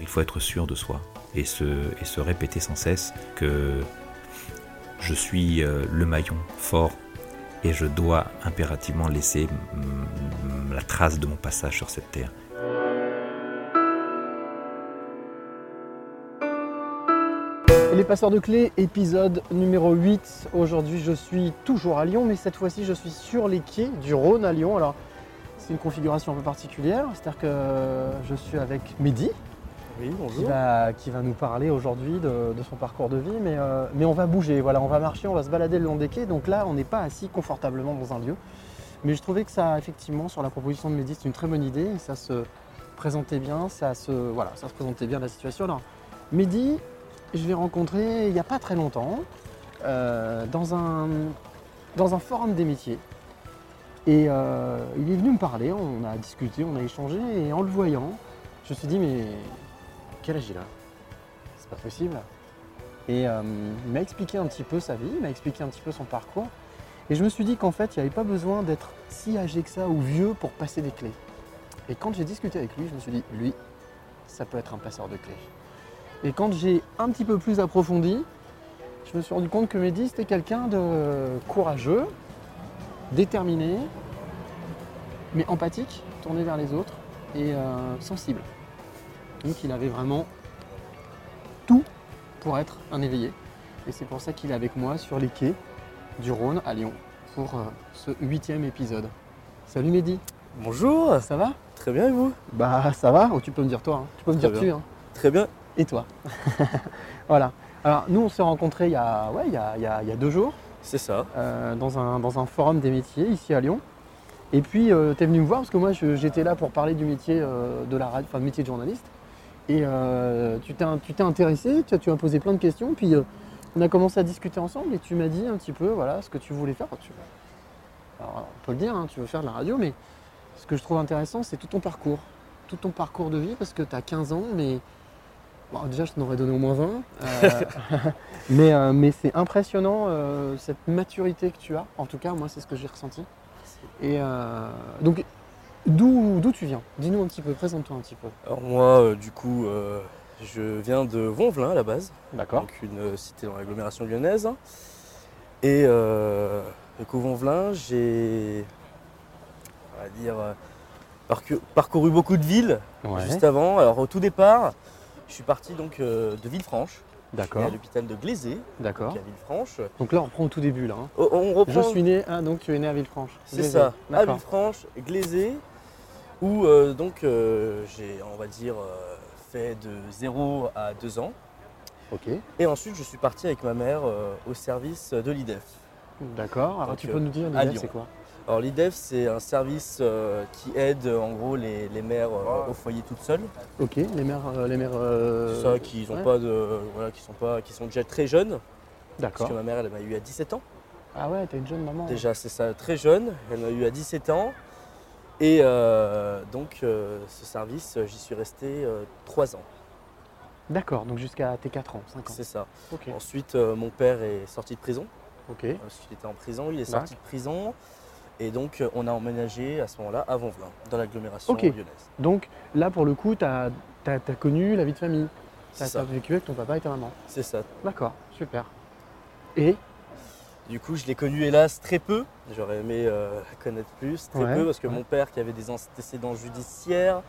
Il faut être sûr de soi et se, et se répéter sans cesse que je suis euh, le maillon fort et je dois impérativement laisser mm, la trace de mon passage sur cette terre. Les passeurs de clés, épisode numéro 8. Aujourd'hui, je suis toujours à Lyon, mais cette fois-ci, je suis sur les quais du Rhône à Lyon. Alors, c'est une configuration un peu particulière, c'est-à-dire que je suis avec Mehdi, Oui, qui va, qui va nous parler aujourd'hui de, de son parcours de vie, mais, euh, mais on va bouger, voilà, on va marcher, on va se balader le long des quais, donc là on n'est pas assis confortablement dans un lieu. Mais je trouvais que ça, effectivement, sur la proposition de Mehdi, c'est une très bonne idée, et ça se présentait bien, ça se, voilà, ça se présentait bien la situation. Alors, Mehdi, je l'ai rencontré il n'y a pas très longtemps, euh, dans, un, dans un forum des métiers. Et euh, il est venu me parler, on a discuté, on a échangé, et en le voyant, je me suis dit, mais quel âge il a C'est pas possible. Et euh, il m'a expliqué un petit peu sa vie, il m'a expliqué un petit peu son parcours. Et je me suis dit qu'en fait, il n'y avait pas besoin d'être si âgé que ça ou vieux pour passer des clés. Et quand j'ai discuté avec lui, je me suis dit, lui, ça peut être un passeur de clés. Et quand j'ai un petit peu plus approfondi, je me suis rendu compte que Mehdi, c'était quelqu'un de courageux, déterminé, mais empathique, tourné vers les autres et euh, sensible. Donc il avait vraiment tout pour être un éveillé. Et c'est pour ça qu'il est avec moi sur les quais du Rhône à Lyon pour euh, ce huitième épisode. Salut Mehdi, Bonjour, ça va très bien et vous Bah ça va, ou tu peux me dire toi, hein. tu peux me Très dire tu. bien. hein. Très bien. Et toi Voilà. Alors nous on s'est rencontrés il y, a, ouais, il, y a, il y a- il y a deux jours C'est ça. euh, dans, un, dans un forum des métiers ici à Lyon. Et puis tu t'es venu me voir parce que moi je- j'étais là pour parler du métier euh, de la radio, enfin du métier de journaliste. Et euh, tu t'es tu t'es intéressé, tu as, tu as posé plein de questions, puis euh, on a commencé à discuter ensemble et tu m'as dit un petit peu voilà ce que tu voulais faire. Tu- alors, on peut le dire, hein, tu veux faire de la radio, mais ce que je trouve intéressant, c'est tout ton parcours. Tout ton parcours de vie, parce que tu as 15 ans, mais. bon, déjà, je t'en aurais donné au moins 20. euh, mais euh, mais c'est impressionnant, euh, cette maturité que tu as. En tout cas, moi, c'est ce que j'ai ressenti. Et euh, donc, d'où d'où tu viens Dis-nous un petit peu, présente-toi un petit peu. Alors moi, euh, du coup, euh, je viens de Vonvelin à la base, D'accord. donc une euh, cité dans l'agglomération lyonnaise. Et euh, du coup, Vonvelin, j'ai, on va dire, euh, parcu- parcouru beaucoup de villes juste avant. Alors au tout départ, je suis parti donc euh, de Villefranche, Je suis né D'accord. à l'hôpital de Glaisé, D'accord. qui est à Villefranche. Donc là, on reprend au tout début là. hein. Oh, on Je reprend. suis né, ah, donc tu es né à Villefranche. C'est Blézé. ça, Ah, à D'accord. Villefranche, Glaisé, où euh, donc euh, j'ai, on va dire, euh, fait de 0 à 2 ans. Ok. Et ensuite, je suis parti avec ma mère euh, au service de E l'IDEF. D'accord. Alors Donc, tu euh, peux nous dire à l'idée, Lyon. c'est quoi Alors, l'IDEF, c'est un service euh, qui aide euh, en gros les, les mères euh, au foyer toutes seules. Ok, les mères, euh, les mères. C'est Ah. euh, ça, qui ont ouais. pas de, voilà, qui sont pas, qui sont déjà très jeunes. Parce D'accord. que ma mère, elle m'a eu à 17 ans. Ah ouais, t'es une jeune maman. Déjà, c'est ça, très jeune. Elle m'a eu à 17 ans. Et euh, donc, euh, ce service, j'y suis resté 3 ans. D'accord, donc jusqu'à tes 4 ans, 5 ans. C'est ça. Ok. Ensuite, euh, mon père est sorti de prison. Ok. euh, Parce qu'il était en prison, il est D'accord. sorti de prison. Et donc, euh, on a emménagé à ce moment-là à Vonvelin, dans l'agglomération Ok. lyonnaise. Donc là, pour le coup, t'as as, connu la vie de famille. C'est T'as ça. t'as vécu avec ton papa et ta maman. C'est ça. D'accord, super. Et Du coup, je l'ai connu, hélas, très peu. J'aurais aimé euh, connaître plus, très Ouais, peu, parce que ouais. mon père, qui avait des antécédents judiciaires,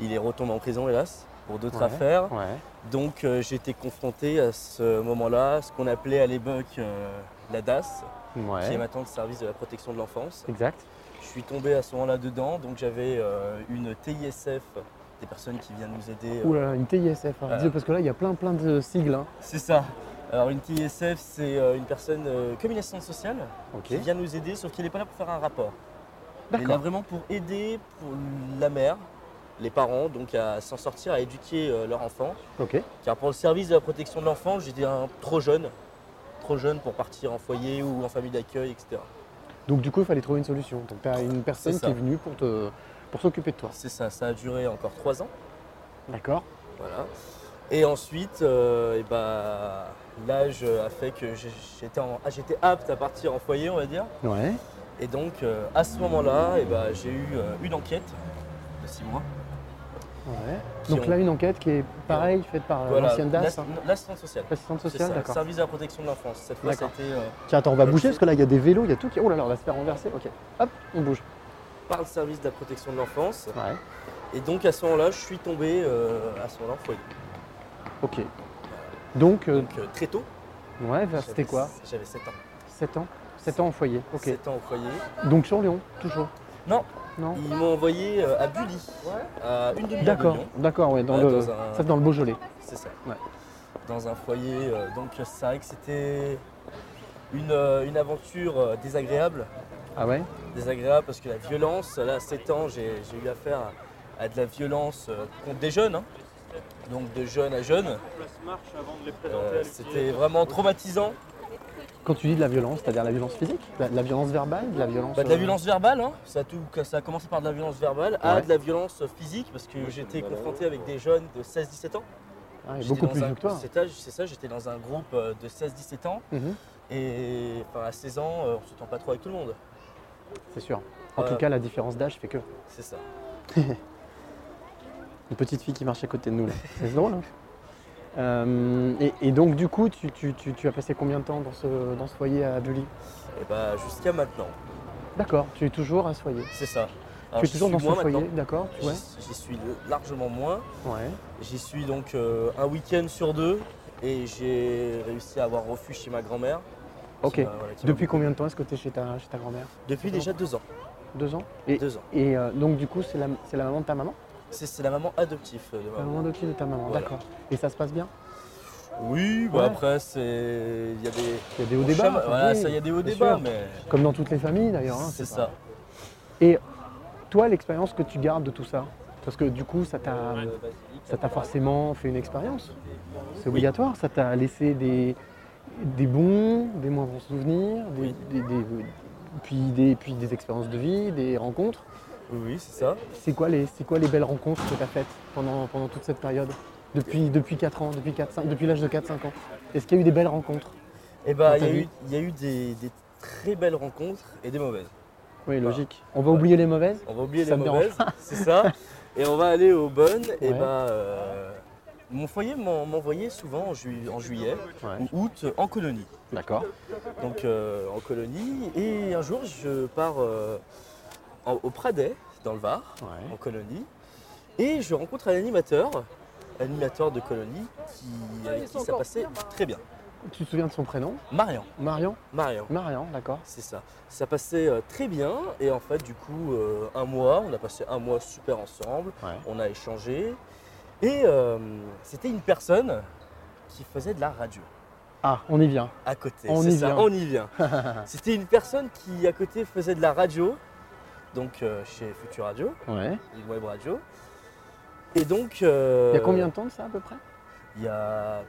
il est retombé en prison, hélas, pour d'autres Ouais. affaires. Ouais. Donc, euh, j'ai été confronté à ce moment-là, ce qu'on appelait à l'époque euh, la DAS, qui est Ouais. maintenant le service de la protection de l'enfance. Exact. Je suis tombé à ce moment-là dedans, donc j'avais euh, une TISF, des personnes qui viennent nous aider. euh, Ouh là là, une TISF. hein. Voilà. Dis-le, Parce que là, il y a plein plein de sigles. hein. C'est ça. Alors une TISF, c'est euh, une personne euh, comme une assistante sociale Ok. qui vient nous aider, sauf qu'elle n'est pas là pour faire un rapport. Elle est là D'accord. vraiment pour aider pour la mère les parents donc à s'en sortir, à éduquer euh, leur enfant. Ok. Car pour le service de la protection de l'enfant, j'étais un- trop jeune, trop jeune pour partir en foyer ou en famille d'accueil, etc. Donc du coup, il fallait trouver une solution. Donc tu as une personne C'est qui ça. est venue pour te pour s'occuper de toi. C'est ça, ça a duré encore trois ans. D'accord Voilà. Et ensuite, euh, eh ben, l'âge a fait que j'ai- j'étais en- ah, j'étais apte à partir en foyer, on va dire. Ouais. Et donc, euh, à ce moment-là, eh ben, j'ai eu euh, une enquête de six mois. Ouais. qui Donc ont- là, une enquête qui est pareil, faite par euh, voilà, l'ancienne DAS, l'as- hein, l'assistante sociale. l'assistante C'est sociale, ça, d'accord. service de la protection de l'enfance. Cette fois, c'était D'accord. euh, Tiens, attends, on va bouger parce que là, il y a des vélos, il y a tout qui. Oh là là, on va se faire renverser. Ok. Hop, on bouge. par le service de la protection de l'enfance. Ouais. Et donc, à ce moment-là, je suis tombé euh, à ce moment-là en foyer. Ok. Donc, euh, Donc, euh, très tôt. ouais, vers- j'avais- Ah, c'était quoi J'avais 7 ans. 7 ans 7 ans au foyer. Ok. 7 ans au foyer. Donc sur Lyon, toujours Non. Non Ils m'ont envoyé euh, à Bully, à une demi-heure de D'accord, Lyon. d'accord, ouais, dans Ouais, le. dans un- ça, dans le Beaujolais. C'est ça. Ouais. Dans un foyer. euh, donc c'est vrai que c'était une, euh, une aventure euh, désagréable. Ah ouais Désagréable parce que la violence, là à 7 ans, j'ai j'ai eu affaire à, à de la violence euh, contre des jeunes. hein. Donc de jeune à jeune. Euh, c'était vraiment traumatisant. Quand tu dis de la violence, c'est-à-dire la violence physique la, la violence verbale De la violence. Bah, de la euh, violence verbale, hein. ça, a tout, ça a commencé par de la violence verbale à Ouais. de la violence physique parce que j'étais confronté avec des jeunes de 16-17 ans. ouais, J'étais ah, beaucoup dans plus un- vieux que toi. cet âge- C'est ça, j'étais dans un groupe euh, de 16-17 ans. Mhm, Et enfin, à 16 ans, euh, on s'entend pas trop avec tout le monde. c'est sûr. En Ouais. tout cas, la différence d'âge fait que. C'est ça. Une petite fille qui marche à côté de nous, là. C'est drôle, hein Euh, et, et donc, du coup, tu, tu- tu- tu as passé combien de temps dans ce, dans ce foyer à Bully Et bah jusqu'à maintenant, D'accord, tu es toujours à ce foyer. c'est ça. Alors, Tu es j'y toujours suis dans ce moins foyer, maintenant. d'accord J'y- Ouais. J'y suis largement moins. Ouais. J'y suis donc euh, un week-end sur deux et j'ai réussi à avoir refuge chez ma grand-mère. Ok. Qui m'a- voilà, qui m'a Depuis beaucoup- combien de temps est-ce que tu es chez ta, chez ta grand-mère Depuis déjà deux ans. Deux ans Et, Deux ans. et, euh, donc, du coup, c'est la, c'est la maman de ta maman C'est c'est la maman adoptive euh, de ma La maman de qui de ta maman, Voilà. d'accord. Et ça se passe bien Oui, bah Ouais. après c'est. Il y a des. Il y a des hauts on débats. chame- enfin, Voilà, oui, ça, il y a des hauts bien débats, sûr. mais. Comme dans toutes les familles d'ailleurs. hein, C'est pas- ça. Toi, l'expérience que tu gardes de tout ça Parce que du coup, ça t'a, ça t'a forcément fait une expérience. C'est obligatoire. Ça t'a laissé des, des bons, des moins bons souvenirs, des, Oui. des- des- puis, des, puis des expériences de vie, des rencontres. Oui, oui, c'est ça. C'est quoi les, c'est quoi les belles rencontres que tu as faites pendant, pendant toute cette période depuis, depuis 4 ans, depuis, 4, 5 depuis l'âge de 4-5 ans Est-ce qu'il y a eu des belles rencontres Et Dans bah, il ta y a vie. eu, il y a eu des, des très belles rencontres et des mauvaises. Oui, logique. On va Ouais. oublier les mauvaises On va oublier Ça les me dérange mauvaises, c'est ça. Et on va aller aux bonnes. Et Ouais. bah, euh, mon foyer m'en- m'envoyait souvent en, ju- en juillet Ouais. ou août en colonie. D'accord. Donc euh, en colonie. Et un jour, je pars euh, en- au Pradet, dans le Var, Ouais. en colonie. Et je rencontre un animateur, animateur de colonie, qui, avec qui ça passait très bien. Tu te souviens de son prénom Marian, Marion Marian. Marion, d'accord. C'est ça. Ça passait euh, très bien et en fait du coup euh, un mois, on a passé un mois super ensemble, Ouais. on a échangé et euh, c'était une personne qui faisait de la radio Ah, on y vient. à côté. On c'est y ça, vient. on y vient. c'était une personne qui à côté faisait de la radio, donc euh, chez Future Radio, Ouais. une web radio. Et donc euh, Il y a combien de temps de ça à peu près Il y a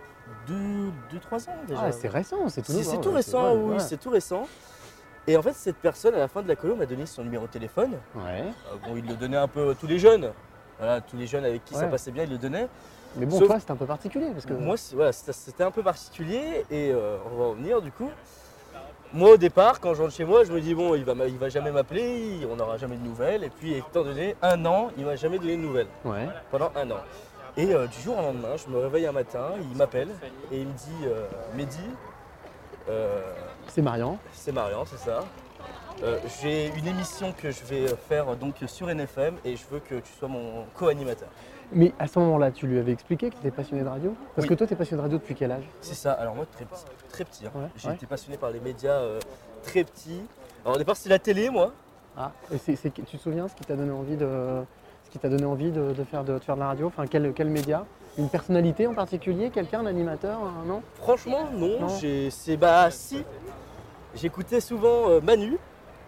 2-3 ans déjà. Ah, c'est récent, c'est tout C'est nouveau, c'est tout ouais, récent, ouais, oui, ouais. c'est tout récent. Et en fait, cette personne, à la fin de la colo, m'a donné son numéro de téléphone. Ouais. Euh, bon, il le donnait un peu à tous les jeunes. Voilà, tous les jeunes avec qui ça Ouais. passait bien, il le donnait. Mais bon, Sauf- toi, c'est un peu particulier parce que. Moi, c'est- voilà, c'était c'était un peu particulier et euh, on va en venir du coup. Moi, au départ, quand je rentre chez moi, je me dis, bon, il va, m'a- il va jamais m'appeler, on n'aura jamais de nouvelles. Et puis, étant donné un an, il m'a jamais donné de nouvelles Ouais. pendant un an. Et euh, du jour au lendemain, je me réveille un matin, il m'appelle et il me dit euh, Mehdi, euh, C'est Marian. c'est Marian, c'est ça. Euh, J'ai une émission que je vais faire euh, donc sur NFM et je veux que tu sois mon co-animateur. Mais à ce moment-là, tu lui avais expliqué que tu étais passionné de radio Parce Oui. que toi, tu es passionné de radio depuis quel âge C'est ça, alors moi très petit, très petit. hein. Ouais, J'ai ouais. été passionné par les médias euh, très petit. Alors au départ c'est la télé moi. Ah. Et c'est, c'est- tu te souviens ce qui t'a donné envie de. Ce qui t'a donné envie de, de faire, de, de faire de la radio Enfin, quel, quel média Une personnalité en particulier Quelqu'un, un animateur un- Non Franchement non, Non. j'ai- c'est bah si. J'écoutais souvent euh, Manu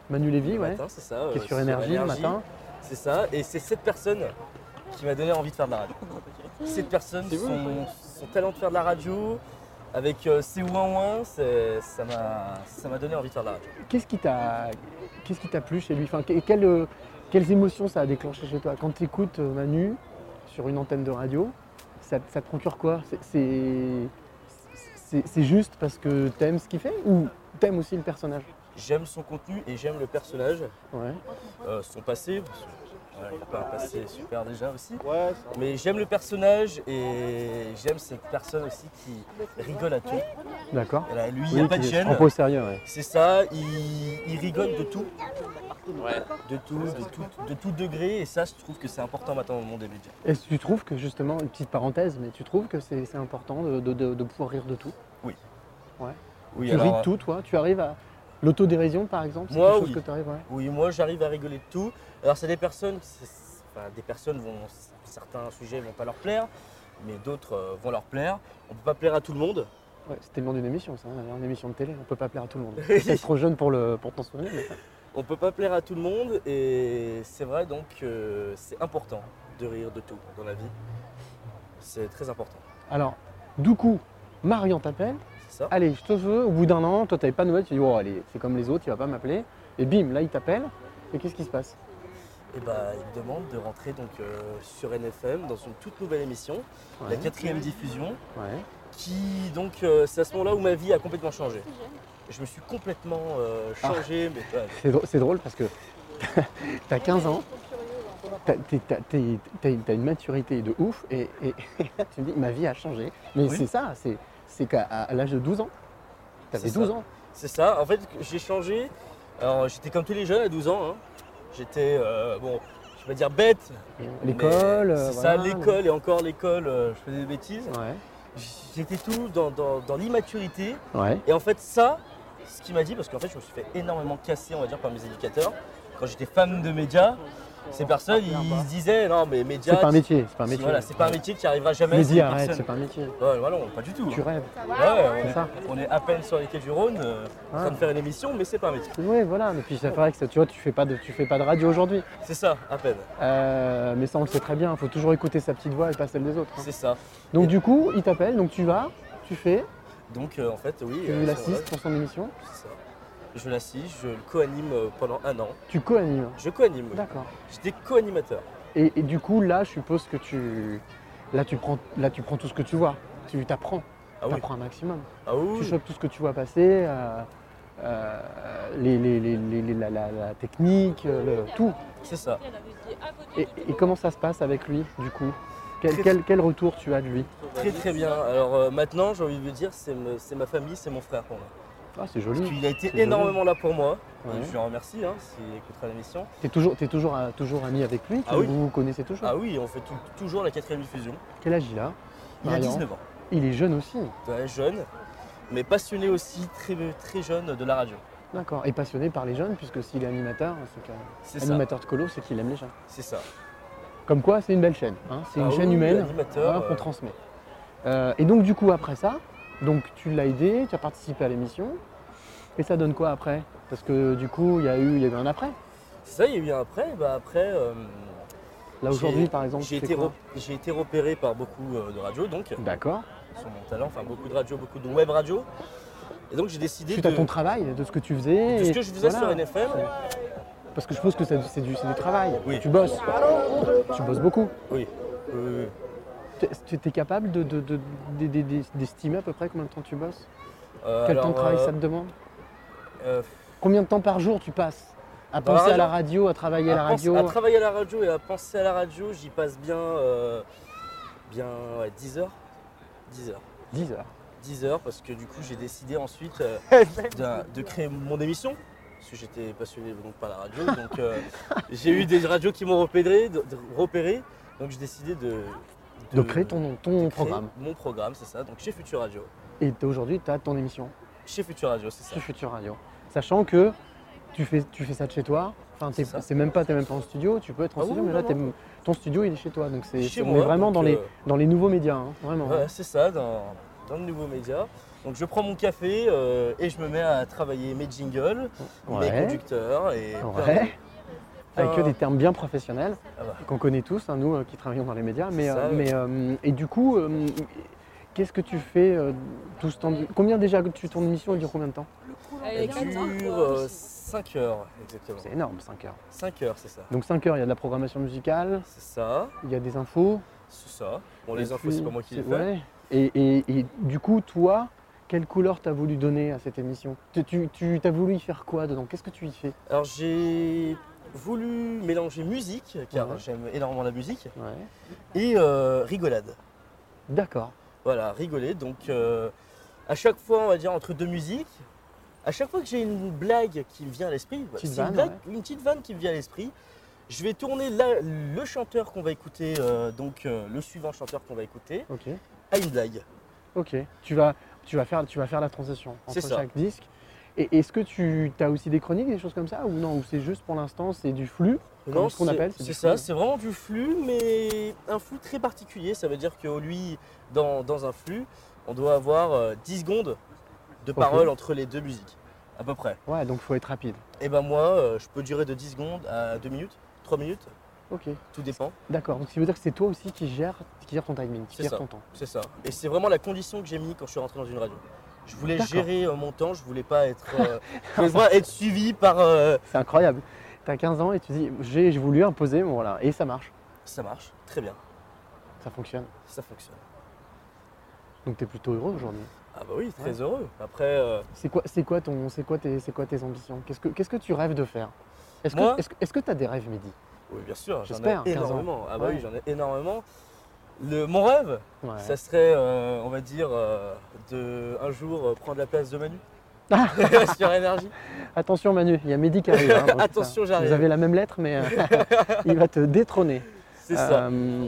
Manu Lévy, le ouais. matin, c'est ça. qui euh, est sur énergie le matin. C'est ça, et c'est cette personne qui m'a donné envie de faire de la radio. Cette personne, son, son talent de faire de la radio, avec euh, ses ouin-ouin, c'est- ça m'a ça m'a donné envie de faire de la radio. Qu'est-ce qui t'a qu'est-ce qui t'a plu chez lui enfin, que- quelle, euh, Quelles émotions ça a déclenché chez toi Quand tu écoutes Manu sur une antenne de radio, ça, ça te procure quoi C'est- c'est- C'est c'est juste parce que t'aimes ce qu'il fait ou t'aimes aussi le personnage J'aime son contenu et j'aime le personnage, Ouais. euh, son passé. parce que, voilà, il a pas un passé super déjà aussi. Mais j'aime le personnage et j'aime cette personne aussi qui rigole à tout. D'accord. Voilà, lui, il n'y Oui, a pas de qui gêne. prend pas au sérieux, ouais. C'est ça, il, il rigole de tout. De tout, de tout, de tout degré. Et ça, je trouve que c'est important maintenant dans le monde des médias. Est-ce que tu trouves que justement, une petite parenthèse, mais tu trouves que c'est c'est important de, de- de- de pouvoir rire de tout Oui, Tu ris de tout, toi Tu arrives à l'autodérision, par exemple C'est Moi, quelque chose oui. que t'arrives, ouais. Oui, moi j'arrive à rigoler de tout. Alors c'est des personnes, c'est- c'est- enfin, des personnes vont, certains sujets vont pas leur plaire, mais d'autres euh, vont leur plaire. On peut pas plaire à tout le monde. Ouais, C'était le nom d'une émission, ça, hein, une émission de télé. On peut pas plaire à tout le monde. Peut-être trop jeune pour le pour t'en souvenir. mais- On peut pas plaire à tout le monde et c'est vrai donc euh, c'est important de rire de tout dans la vie. C'est très important. Alors, du coup, Marion t'appelle. C'est ça Allez, je te veux. Au bout d'un an, toi, t'avais pas de nouvelles. Tu dis, oh, allez, c'est comme les autres, il va pas m'appeler. Et bim, là, il t'appelle. Et qu'est-ce qui se passe Et bah il me demande de rentrer donc euh, sur NFM dans une toute nouvelle émission, la Ouais, quatrième diffusion. ouais. qui donc euh, c'est à ce moment-là où ma vie a complètement changé. Je me suis complètement euh, Ah. changé, mais ouais, C'est drôle, c'est drôle parce que t'as 15 ans, t'as t'es- t'as- t'es- t'as une t'as une maturité de ouf. Et, et là, tu me dis, ma vie a changé. Mais Oui. c'est ça, c'est- c'est qu'à à- à l'âge de 12 ans, t'avais C'est ça. 12 ans. c'est ça. En fait, j'ai changé. Alors j'étais comme tous les jeunes à 12 ans. hein. J'étais euh, bon, je vais pas dire bête. mais L'école. euh, c'est ça, voilà. l'école et encore l'école. euh, je faisais des bêtises. Ouais. J'étais tout dans, dans- dans l'immaturité. Ouais. Et en fait, ça, ce qui m'a dit, parce qu'en fait, je me suis fait énormément casser, on va dire, par mes éducateurs. Quand j'étais fan de médias, ces personnes, ils se disaient, non, mais médias. C'est pas un métier. C'est pas un c'est- métier. Voilà, c'est pas un métier qui arrivera jamais. Mais c'est dis une arrête, c'est personne. pas un métier. Ouais, voilà, on- pas du tout. hein. Tu rêves, Ouais, on, c'est est, ça Ah. on est à peine sur les quais du Rhône, euh, en train de faire une émission, mais c'est pas un métier. Oui, Ah. voilà. Et puis ça paraît que ça, tu vois, tu fais pas de, tu fais pas de radio aujourd'hui. C'est ça, à peine. Euh, mais ça, on le sait très bien. Il faut toujours écouter sa petite voix et pas celle des autres. hein. C'est ça. Donc du coup, il t'appelle, donc tu vas, tu fais, Donc, euh, en fait, oui. tu euh, l'assistes c'est pour son émission, vrai, c'est ça. Je l'assiste, je le co-anime euh, pendant un an. tu co-animes. Je co-anime, oui. D'accord. J'étais co-animateur. Et, et du coup, là, je suppose que tu, là, tu prends, là, tu prends tout ce que tu vois. Tu t'apprends, Ah oui. t'apprends un maximum. Ah oui, Tu chopes tout ce que tu vois passer, euh, euh, les, les- les- les- les- la, la- la technique, euh, le- tout. c'est ça. Et, et comment ça se passe avec lui, du coup quel, Très- quel- quel retour tu as de lui Très très bien. Alors euh, maintenant, j'ai envie de dire, c'est me- c'est ma famille, c'est mon frère pour moi. Ah, c'est Parce joli. qu'il a été joli. énormément là pour moi. Ouais. Donc, je lui en remercie, hein, s'il écoutera l'émission. T'es toujours, t'es toujours, euh, toujours ami avec lui Ah oui. Vous vous connaissez toujours Ah oui, on fait tout- toujours la quatrième diffusion. Quel âge il a Il a Marion 19 ans. Il est jeune aussi. Ouais, jeune, mais passionné aussi, très, très jeune de la radio. D'accord. Et passionné par les jeunes, puisque s'il est animateur, c'est qu'un C'est ça. animateur de colo, c'est qu'il aime les gens. C'est ça. Comme quoi, c'est une belle chaîne. hein. C'est une Ah chaîne oui, humaine animateur, hein, qu'on euh, transmet. Euh, et donc, du coup, après ça, donc tu l'as aidé, tu as participé à l'émission. Et ça donne quoi après Parce que du coup, il y, a eu- il y a eu un après. C'est euh, ça, il y a eu un après. Bah après, euh, Là, J'ai- aujourd'hui, par exemple, j'ai tu fais été, quoi rep- j'ai été repéré par beaucoup euh, de radios, donc, D'accord. sur mon talent, enfin beaucoup de radios, beaucoup de web radios. Et donc j'ai décidé Suite de, euh, à ton travail, de ce que tu faisais. de ce et- que je faisais voilà. sur NFM. Parce que je suppose que ça- c'est du, c'est du travail. Oui. Tu bosses. Tu bosses beaucoup. Oui. Euh, Tu es capable de- de- de- de- de- de- d'estimer à peu près combien de temps tu bosses euh, Quel temps alors, de travail euh, ça te demande euh, Combien de temps par jour tu passes à Dans la penser à radio la radio, à travailler à la à penser- radio à travailler à la radio et à penser à la radio, j'y passe bien, euh, bien ouais, 10 heures. 10 heures. 10 heures. 10 heures parce que du coup j'ai décidé ensuite euh, d'un- de créer mon émission parce que j'étais passionné donc par la radio donc euh, j'ai eu des radios qui m'ont repéré, de- de- repéré donc j'ai décidé de, De créer ton, ton de créer programme. mon programme c'est ça donc chez Future Radio Et t'es- aujourd'hui, tu as ton émission chez Future Radio c'est ça sur Future Radio. Sachant que tu fais, tu fais ça de chez toi. Enfin, t'es- C'est ça. c'est même pas, t'es même pas en studio. Tu peux être en Ah studio, oui, mais là, non, non. t'es- ton studio, il est chez toi. Donc, c'est Chez c'est- on moi, est vraiment donc, dans, les, euh, dans les nouveaux médias. hein, Vraiment. ouais, c'est ça dans, dans le nouveau média donc je prends mon café euh, et je me mets à travailler mes jingles Ouais. mes conducteurs et Ouais. avec Ah. eux des termes bien professionnels Ah bah. qu'on connaît tous, hein, nous euh, qui travaillons dans les médias. Mais, ça, euh, ouais. mais, euh, et du coup, euh, qu'est-ce que tu fais euh, tout ce temps de- Combien déjà que tu tournes de mission Elle dure combien de temps Elle dure 5 euh, heures, exactement. C'est énorme, 5 heures. 5 heures, c'est ça. Donc 5 heures, il y a de la programmation musicale, C'est ça, il y a des infos. c'est ça. Bon, et les infos, puis- c'est pas moi qui les fais. ouais. Et, et- et du coup, toi, quelle couleur t'as voulu donner à cette émission Tu, tu, tu- t'as voulu y faire quoi dedans Qu'est-ce que tu y fais Alors, j'ai voulu mélanger musique, car Ouais. j'aime énormément la musique, Ouais. et euh, rigolade. D'accord. Voilà, rigoler. Donc, euh, à chaque fois, on va dire entre deux musiques, à chaque fois que j'ai une blague qui me vient à l'esprit, voilà, Petite c'est une, vanne, blague- une petite vanne qui me vient à l'esprit, je vais tourner la- le chanteur qu'on va écouter, euh, donc euh, le suivant chanteur qu'on va écouter, Ok. à une blague. Ok. Tu vas, tu vas, faire, tu vas faire la transition entre C'est ça. chaque disque. Et est-ce que tu as aussi des chroniques, des choses comme ça Ou non Ou c'est juste pour l'instant, c'est du flux Comment est-ce qu'on c'est- appelle, c'est C'est du ça, flux c'est vraiment du flux, mais un flux très particulier. Ça veut dire que lui, dans, dans un flux, on doit avoir euh, 10 secondes de Ok. parole entre les deux musiques, à peu près. Ouais, donc faut être rapide. Et ben moi, euh, je peux durer de 10 secondes à 2 minutes, 3 minutes, Ok. tout dépend. D'accord. Donc ça veut dire que c'est toi aussi qui gères, qui gère ton timing, qui C'est gère ça. ton temps. C'est ça. Et c'est vraiment la condition que j'ai mis quand je suis rentré dans une radio. Je voulais D'accord. gérer euh, mon temps, je voulais pas être, euh, je voulais pas être suivi par. euh, C'est incroyable. T'as 15 ans et tu dis j'ai j'ai voulu imposer, bon voilà, et ça marche, Ça marche, très bien, ça fonctionne. ça fonctionne. Donc t'es plutôt heureux aujourd'hui. Ah bah oui, très Ouais. heureux. Après, euh, C'est quoi, c'est quoi ton, c'est quoi tes, c'est quoi tes ambitions Qu'est-ce que, qu'est-ce que tu rêves de faire Est-ce Moi que, est-ce, que- est-ce que t'as des rêves, Mehdi oui, bien sûr, j'en J'espère, ai 15 ans. énormément. Ah bah Ouais. oui, j'en ai énormément. Le, mon rêve, Ouais. ça serait, euh, on va dire, euh, de un jour euh, prendre la place de Manu sur énergie. Attention Manu, il y a Mehdi qui arrive. hein, donc, Attention, ça, j'arrive. Vous avez la même lettre, mais euh, il va te détrôner. C'est ça. Euh,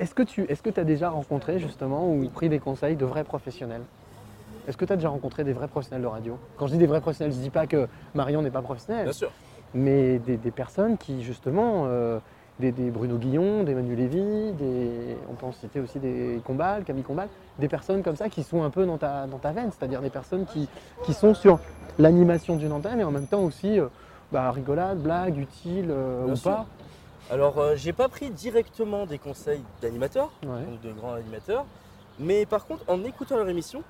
est-ce que tu, est-ce que t'as déjà rencontré justement ou pris des conseils de vrais professionnels Est-ce que tu as déjà rencontré des vrais professionnels de radio Quand je dis des vrais professionnels, je dis pas que Marion n'est pas professionnel. Bien sûr. mais des, des personnes qui justement, euh, des, des Bruno Guillon, des Manu Lévy, des, on peut en citer aussi des Combal, Camille Combal, des personnes comme ça qui sont un peu dans ta, dans ta veine, c'est-à-dire des personnes qui, qui sont sur l'animation d'une antenne et en même temps aussi euh, bah, rigolade, blague, utile euh, Bien ou sûr. pas. Alors, euh, j'ai pas pris directement des conseils d'animateurs, Ouais. donc de grands animateurs. Mais par contre, en écoutant leur émission,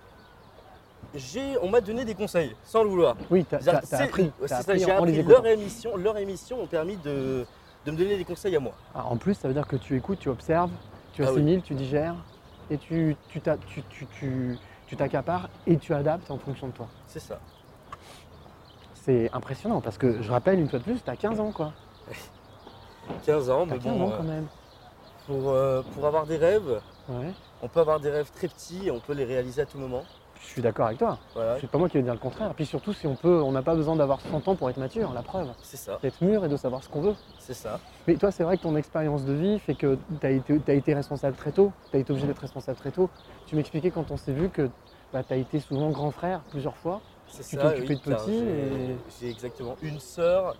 j'ai, on m'a donné des conseils, sans le vouloir. Oui, t'as C'est-à-dire t'as- que t'as c'est- appris, c'est t'as ça, appris j'ai en, en les appris écoutant. leur émission, leur émission ont permis de, de me donner des conseils à moi. Ah, en plus, ça veut dire que tu écoutes, tu observes, tu Ah oui. assimiles, tu digères et tu tu t'a- tu- tu- tu- tu t'accapares et tu adaptes en fonction de toi. C'est ça. C'est impressionnant parce que je rappelle une fois de plus, t'as 15 ans quoi. 15 ans, T'as mais 15 ans bon, quand euh, même. pour, euh, pour avoir des rêves, Ouais. on peut avoir des rêves très petits et on peut les réaliser à tout moment. Je suis d'accord avec toi. Voilà, C'est pas moi qui vais dire le contraire. Puis surtout, si on peut, on n'a pas besoin d'avoir 100 ans pour être mature, la preuve. c'est ça, D'être mûr et de savoir ce qu'on veut. c'est ça. Mais toi, c'est vrai que ton expérience de vie fait que tu as été, t'as été responsable très tôt. Tu as été obligé d'être responsable très tôt. Tu m'expliquais quand on s'est vu que tu as été souvent grand frère plusieurs fois. C'est Tu ça, t'occupais oui, de petits car et- j'ai- J'ai exactement une sœur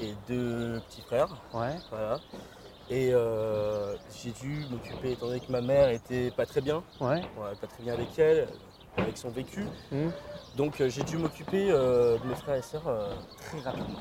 et deux petits frères. Ouais. Voilà. Et euh, j'ai dû m'occuper, étant donné que ma mère était pas très bien, Ouais. ouais, pas très bien avec elle, avec son vécu. Mhm. Donc euh, j'ai dû m'occuper euh, de mes frères et sœurs euh, très rapidement.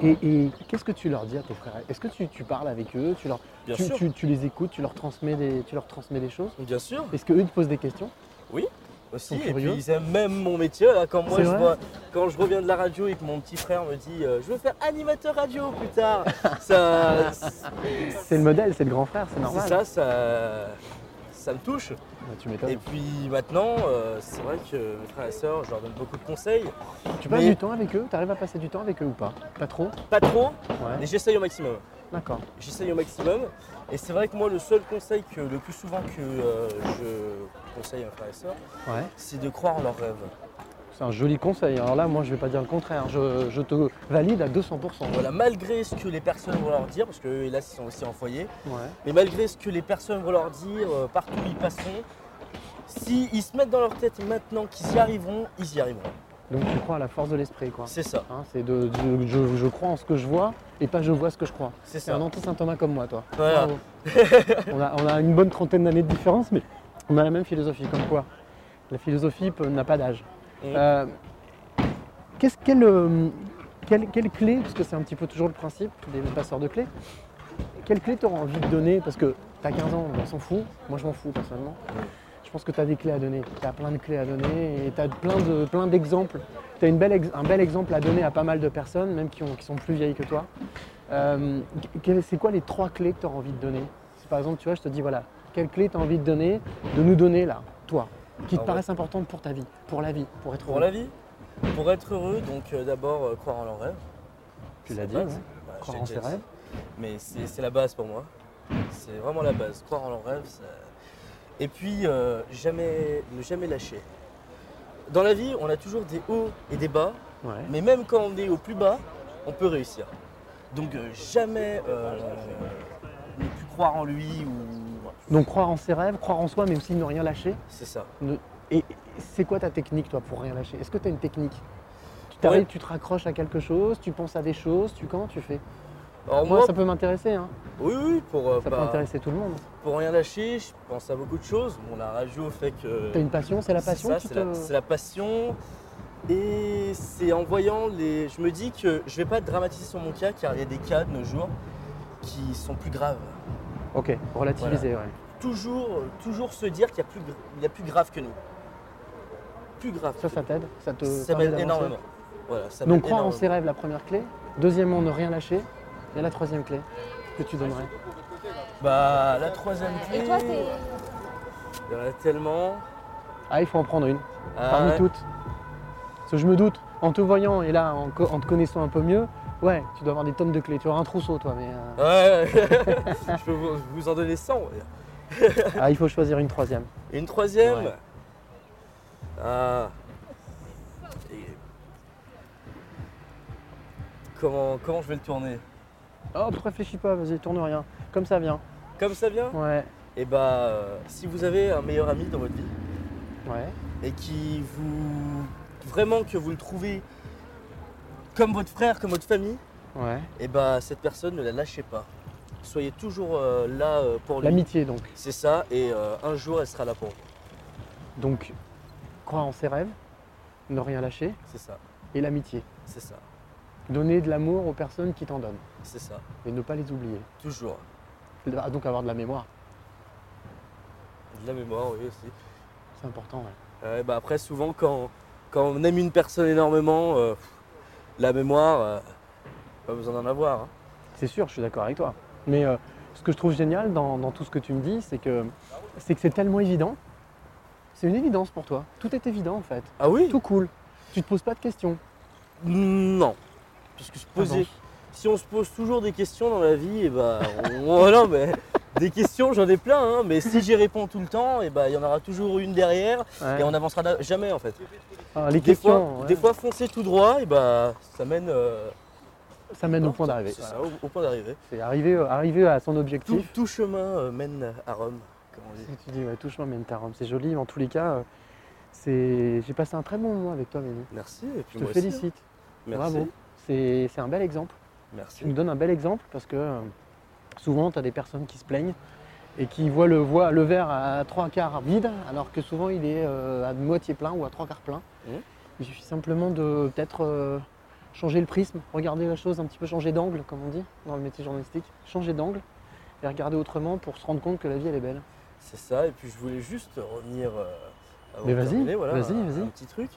Et, et qu'est-ce que tu leur dis à tes frères Est-ce que tu, tu parles avec eux tu, leur, Bien tu, sûr. tu- tu les écoutes, tu leur transmets des, tu leur transmets des choses Bien sûr, Est-ce qu'eux te posent des questions aussi. Ils sont Et puis curieux. ils aiment même mon métier. Là, quand moi C'est je vrai vois, quand je reviens de la radio et que mon petit frère me dit euh, je veux faire animateur radio plus tard, ça, C'est le modèle, c'est le grand frère, c'est normal. c'est ça, ça, ça me touche. Bah, tu Et m'étonnes. puis maintenant, euh, c'est vrai que mes frères et sœurs, je leur donne beaucoup de conseils. Tu passes mais- du temps avec eux Tu arrives à passer du temps avec eux ou pas Pas trop Pas trop, mais Ouais. j'essaye au maximum. D'accord. J'essaye au maximum. Et c'est vrai que moi, le seul conseil que le plus souvent que euh, je conseille à mes frères et sœurs, Ouais. c'est de croire en leurs rêves. C'est un joli conseil. Alors là, moi, je vais pas dire le contraire. Je, je te valide à 200%. Voilà, malgré ce que les personnes vont leur dire, parce que eux, hélas, ils sont aussi en foyer, Ouais. mais malgré ce que les personnes vont leur dire, euh, partout où ils passeront, s'ils se mettent dans leur tête maintenant qu'ils y arriveront, ils y arriveront. Donc tu crois à la force de l'esprit, quoi. C'est ça, Hein, c'est de, de- je, je crois en ce que je vois et pas je vois ce que je crois. c'est C'est ça. un anti-Saint Thomas comme moi, toi. Voilà. Bravo. on, a, on a une bonne trentaine d'années de différence, mais on a la même philosophie, comme quoi la philosophie peut- n'a pas d'âge. Mhm. Euh, qu'est-ce, quel, euh, quelle, quelle clé, parce que c'est un petit peu toujours le principe des passeurs de clés, quelle clé t'auras envie de donner Parce que t'as 15 ans, on s'en fout, moi je m'en fous personnellement. Je pense que t'as des clés à donner, t'as plein de clés à donner et t'as plein de plein d'exemples. T'as une belle ex- un bel exemple à donner à pas mal de personnes, même qui, ont- qui sont plus vieilles que toi. Euh, quelles- c'est quoi les trois clés que t'auras envie de donner Si par exemple, tu vois, je te dis, voilà, quelle clé t'as envie de donner, de nous donner là, toi, qui te Ah ouais. paraissent importantes pour ta vie, pour la vie, pour être Pour heureux. la vie, pour être heureux, donc euh, d'abord euh, croire en leurs rêves. Tu C'est l'as la dit, base. ouais. Voilà, Croire j'ai en déjà ses dit. rêves. Mais c'est c'est la base pour moi. C'est vraiment la base. Croire en leurs rêves. ça- Et puis, euh, jamais, ne jamais lâcher. Dans la vie, on a toujours des hauts et des bas, Ouais. mais même quand on est au plus bas, on peut réussir. Donc, euh, jamais euh, ne plus croire en lui ou. ouais, Donc croire en ses rêves, croire en soi, mais aussi ne rien lâcher. C'est ça. Et c'est quoi ta technique, toi, pour rien lâcher Est-ce que tu as une technique Tu t'arrives, tu te raccroches à quelque chose, tu penses à des choses, tu comment tu fais Alors, Moi, Ah, moi, ça peut m'intéresser, hein. oui, oui, pour, euh, ça peut bah, intéresser tout le monde. pour rien lâcher, je pense à beaucoup de choses. Bon, la radio fait que. T'as une passion, c'est la passion C'est ça, qui c'est te- la, c'est la passion. Et c'est en voyant les. Je me dis que je vais pas dramatiser sur mon cas car il y a des cas de nos jours qui sont plus graves. Ok, relativiser, ouais. Toujours, toujours se dire qu'il y, a plus gra- il y a plus grave que nous. Plus grave. Ça, que ça nous. t'aide Ça te Ça permet m'aide d'avancer énormément. Voilà, ça Donc m'aide croire en énormément. ses rêves, la première clé. Deuxièmement, ne rien lâcher. Et la troisième clé que tu donnerais Bah, la troisième clé. Et toi, t'es. Il y en a tellement. Ah, il faut en prendre une, Ah, parmi ouais. toutes. Parce que je me doute, en te voyant et là, en, co- en te connaissant un peu mieux, ouais, tu dois avoir des tonnes de clés. Tu auras un trousseau, toi, mais... euh, Ouais, je peux vous, vous en donner 100. ouais. Ah, il faut choisir une troisième. Et une troisième Ouais. Ah. Et- Comment, comment je vais le tourner Hop, Oh, réfléchis pas, vas-y, tourne rien. Comme ça vient. Comme ça vient Ouais, Et bah, euh, si vous avez un meilleur ami dans votre vie ouais. et qui vous. vraiment que vous le trouvez comme votre frère, comme votre famille, Ouais. et bah, cette personne ne la lâchez pas. Soyez toujours euh, là euh, pour lui. L'amitié donc. C'est ça, et euh, un jour elle sera là pour vous. Donc, croire en ses rêves, ne rien lâcher, C'est ça, et l'amitié. c'est ça, Donner de l'amour aux personnes qui t'en donnent, c'est ça, et ne pas les oublier. toujours. Ah, Donc avoir de la mémoire, De la mémoire, oui, aussi. c'est important. ouais. Ouais, bah après, souvent, quand, quand on aime une personne énormément, euh, la mémoire, euh, pas besoin d'en avoir. hein. C'est sûr, je suis d'accord avec toi. Mais euh, ce que je trouve génial dans, dans tout ce que tu me dis, c'est que c'est que c'est tellement évident. C'est une évidence pour toi. Tout est évident en fait. Ah oui Tout cool. Tu te poses pas de questions. Non. Parce que se poser, Ah si on se pose toujours des questions dans la vie, et bah, on- oh non, mais des questions, j'en ai plein, hein, mais si j'y réponds tout le temps, et bah, il y en aura toujours une derrière, non. Ouais. et on n'avancera na- jamais en fait. Ah, les Des questions, fois, ouais, des fois, foncer tout droit, et bah, ça mène, euh, ça mène au non, point d'arrivée. c'est ça, au, au point d'arrivée. C'est arriver, arriver à son Tout, objectif. tout chemin euh, mène à Rome, comme on dit. Ce que tu dis, ouais, touche-moi, Mentarum. C'est joli, mais en tous les cas, euh, c'est... j'ai passé un très bon moment avec toi, Mélie. Merci, et puis Je te moi aussi, hein. félicite. Merci. Bravo. C'est... c'est un bel exemple. Merci. Tu nous donnes un bel exemple parce que euh, souvent, tu as des personnes qui se plaignent et qui voient le, voient le verre à trois quarts vide, alors que souvent, il est euh, à moitié plein ou à trois quarts plein. Mhm. Il suffit simplement de peut-être euh, changer le prisme, regarder la chose un petit peu, changer d'angle, comme on dit dans le métier journalistique. Changer d'angle et regarder autrement pour se rendre compte que la vie, elle est belle. C'est ça, et puis je voulais juste revenir. euh, avant Mais de vas-y, terminer, voilà, vas-y, un- vas-y. Un petit truc.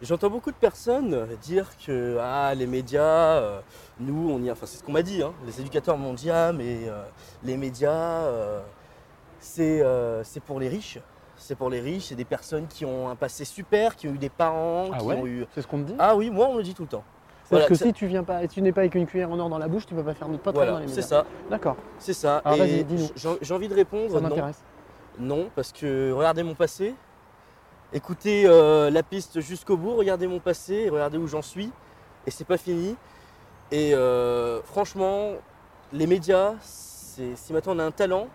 J'entends beaucoup de personnes dire que ah, les médias, euh, nous, on y. Enfin, c'est ce qu'on m'a dit, hein, les éducateurs m'ont dit ah, mais euh, les médias, euh, c'est euh, c'est pour les riches. C'est pour les riches, c'est des personnes qui ont un passé super, qui ont eu des parents, Ah qui ouais ont eu. C'est ce qu'on me dit Ah oui, moi, on me le dit tout le temps. Voilà, C'est-à-dire que c'est- si tu viens pas, tu n'es pas avec une cuillère en or dans la bouche, tu peux pas faire notre pas très dans voilà, les c'est médias. ça, D'accord, c'est ça. Alors, vas-y, et dis-nous. j'ai j'ai envie de répondre ça non. m'intéresse. Non, parce que regardez mon passé, écoutez euh, la piste jusqu'au bout, regardez mon passé, regardez où j'en suis, et c'est pas fini. Et euh, franchement, les médias, c'est- si maintenant on a un talent,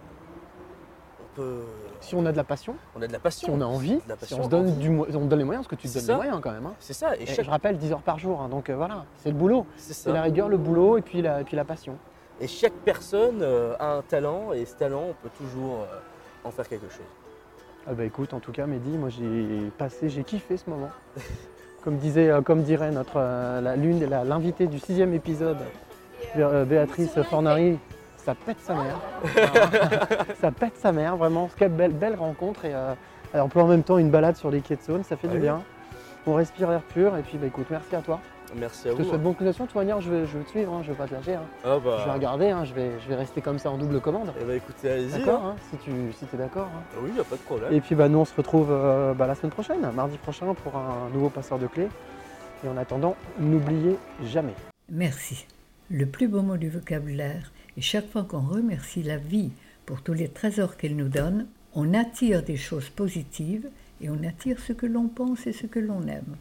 on peut. Si on a de la passion, on a de la si passion. on a envie, de la si passion, on se donne envie. du mo- on te donne les moyens, parce que tu te C'est donnes ça. les moyens quand même. hein. C'est ça, et Et chaque, je rappelle 10 heures par jour, hein, donc euh, voilà, c'est le boulot. c'est C'est la ça. rigueur, le boulot et puis la, et puis la passion. Et chaque personne euh, a un talent, et ce talent, on peut toujours euh, en faire quelque chose. Ah bah écoute, en tout cas, Mehdi, moi j'ai passé, j'ai kiffé ce moment. Comme, disait, euh, comme dirait notre, euh, la- l'une- la- l'invitée du sixième épisode, Bé- euh, Béatrice Fornari, ça pète sa mère. ça pète sa mère, vraiment. Quelle belle, belle rencontre. Et, euh, alors, on peut en même temps une balade sur les quais de Saône, ça fait Ah du oui. bien. On respire l'air pur. Et puis, bah, écoute, merci à toi. Merci à Je te vous. hein. souhaite bonne continuation. De toute manière, je vais, je vais te suivre, hein, je vais pas te lâcher. hein. Ah bah. Je vais regarder, hein, je, vais, je vais rester comme ça en double commande. Eh bah écoutez, allez-y. D'accord, hein. hein, si tu si es d'accord. hein. Ah Oui, y a pas de problème. Et puis bah, nous on se retrouve euh, bah, la semaine prochaine, mardi prochain pour un nouveau passeur de clés. Et en attendant, n'oubliez jamais. Merci. Oh, Le plus beau mot du vocabulaire est chaque fois qu'on remercie la vie pour tous les trésors qu'elle nous donne, on attire des choses positives et on attire ce que l'on pense et ce que l'on aime.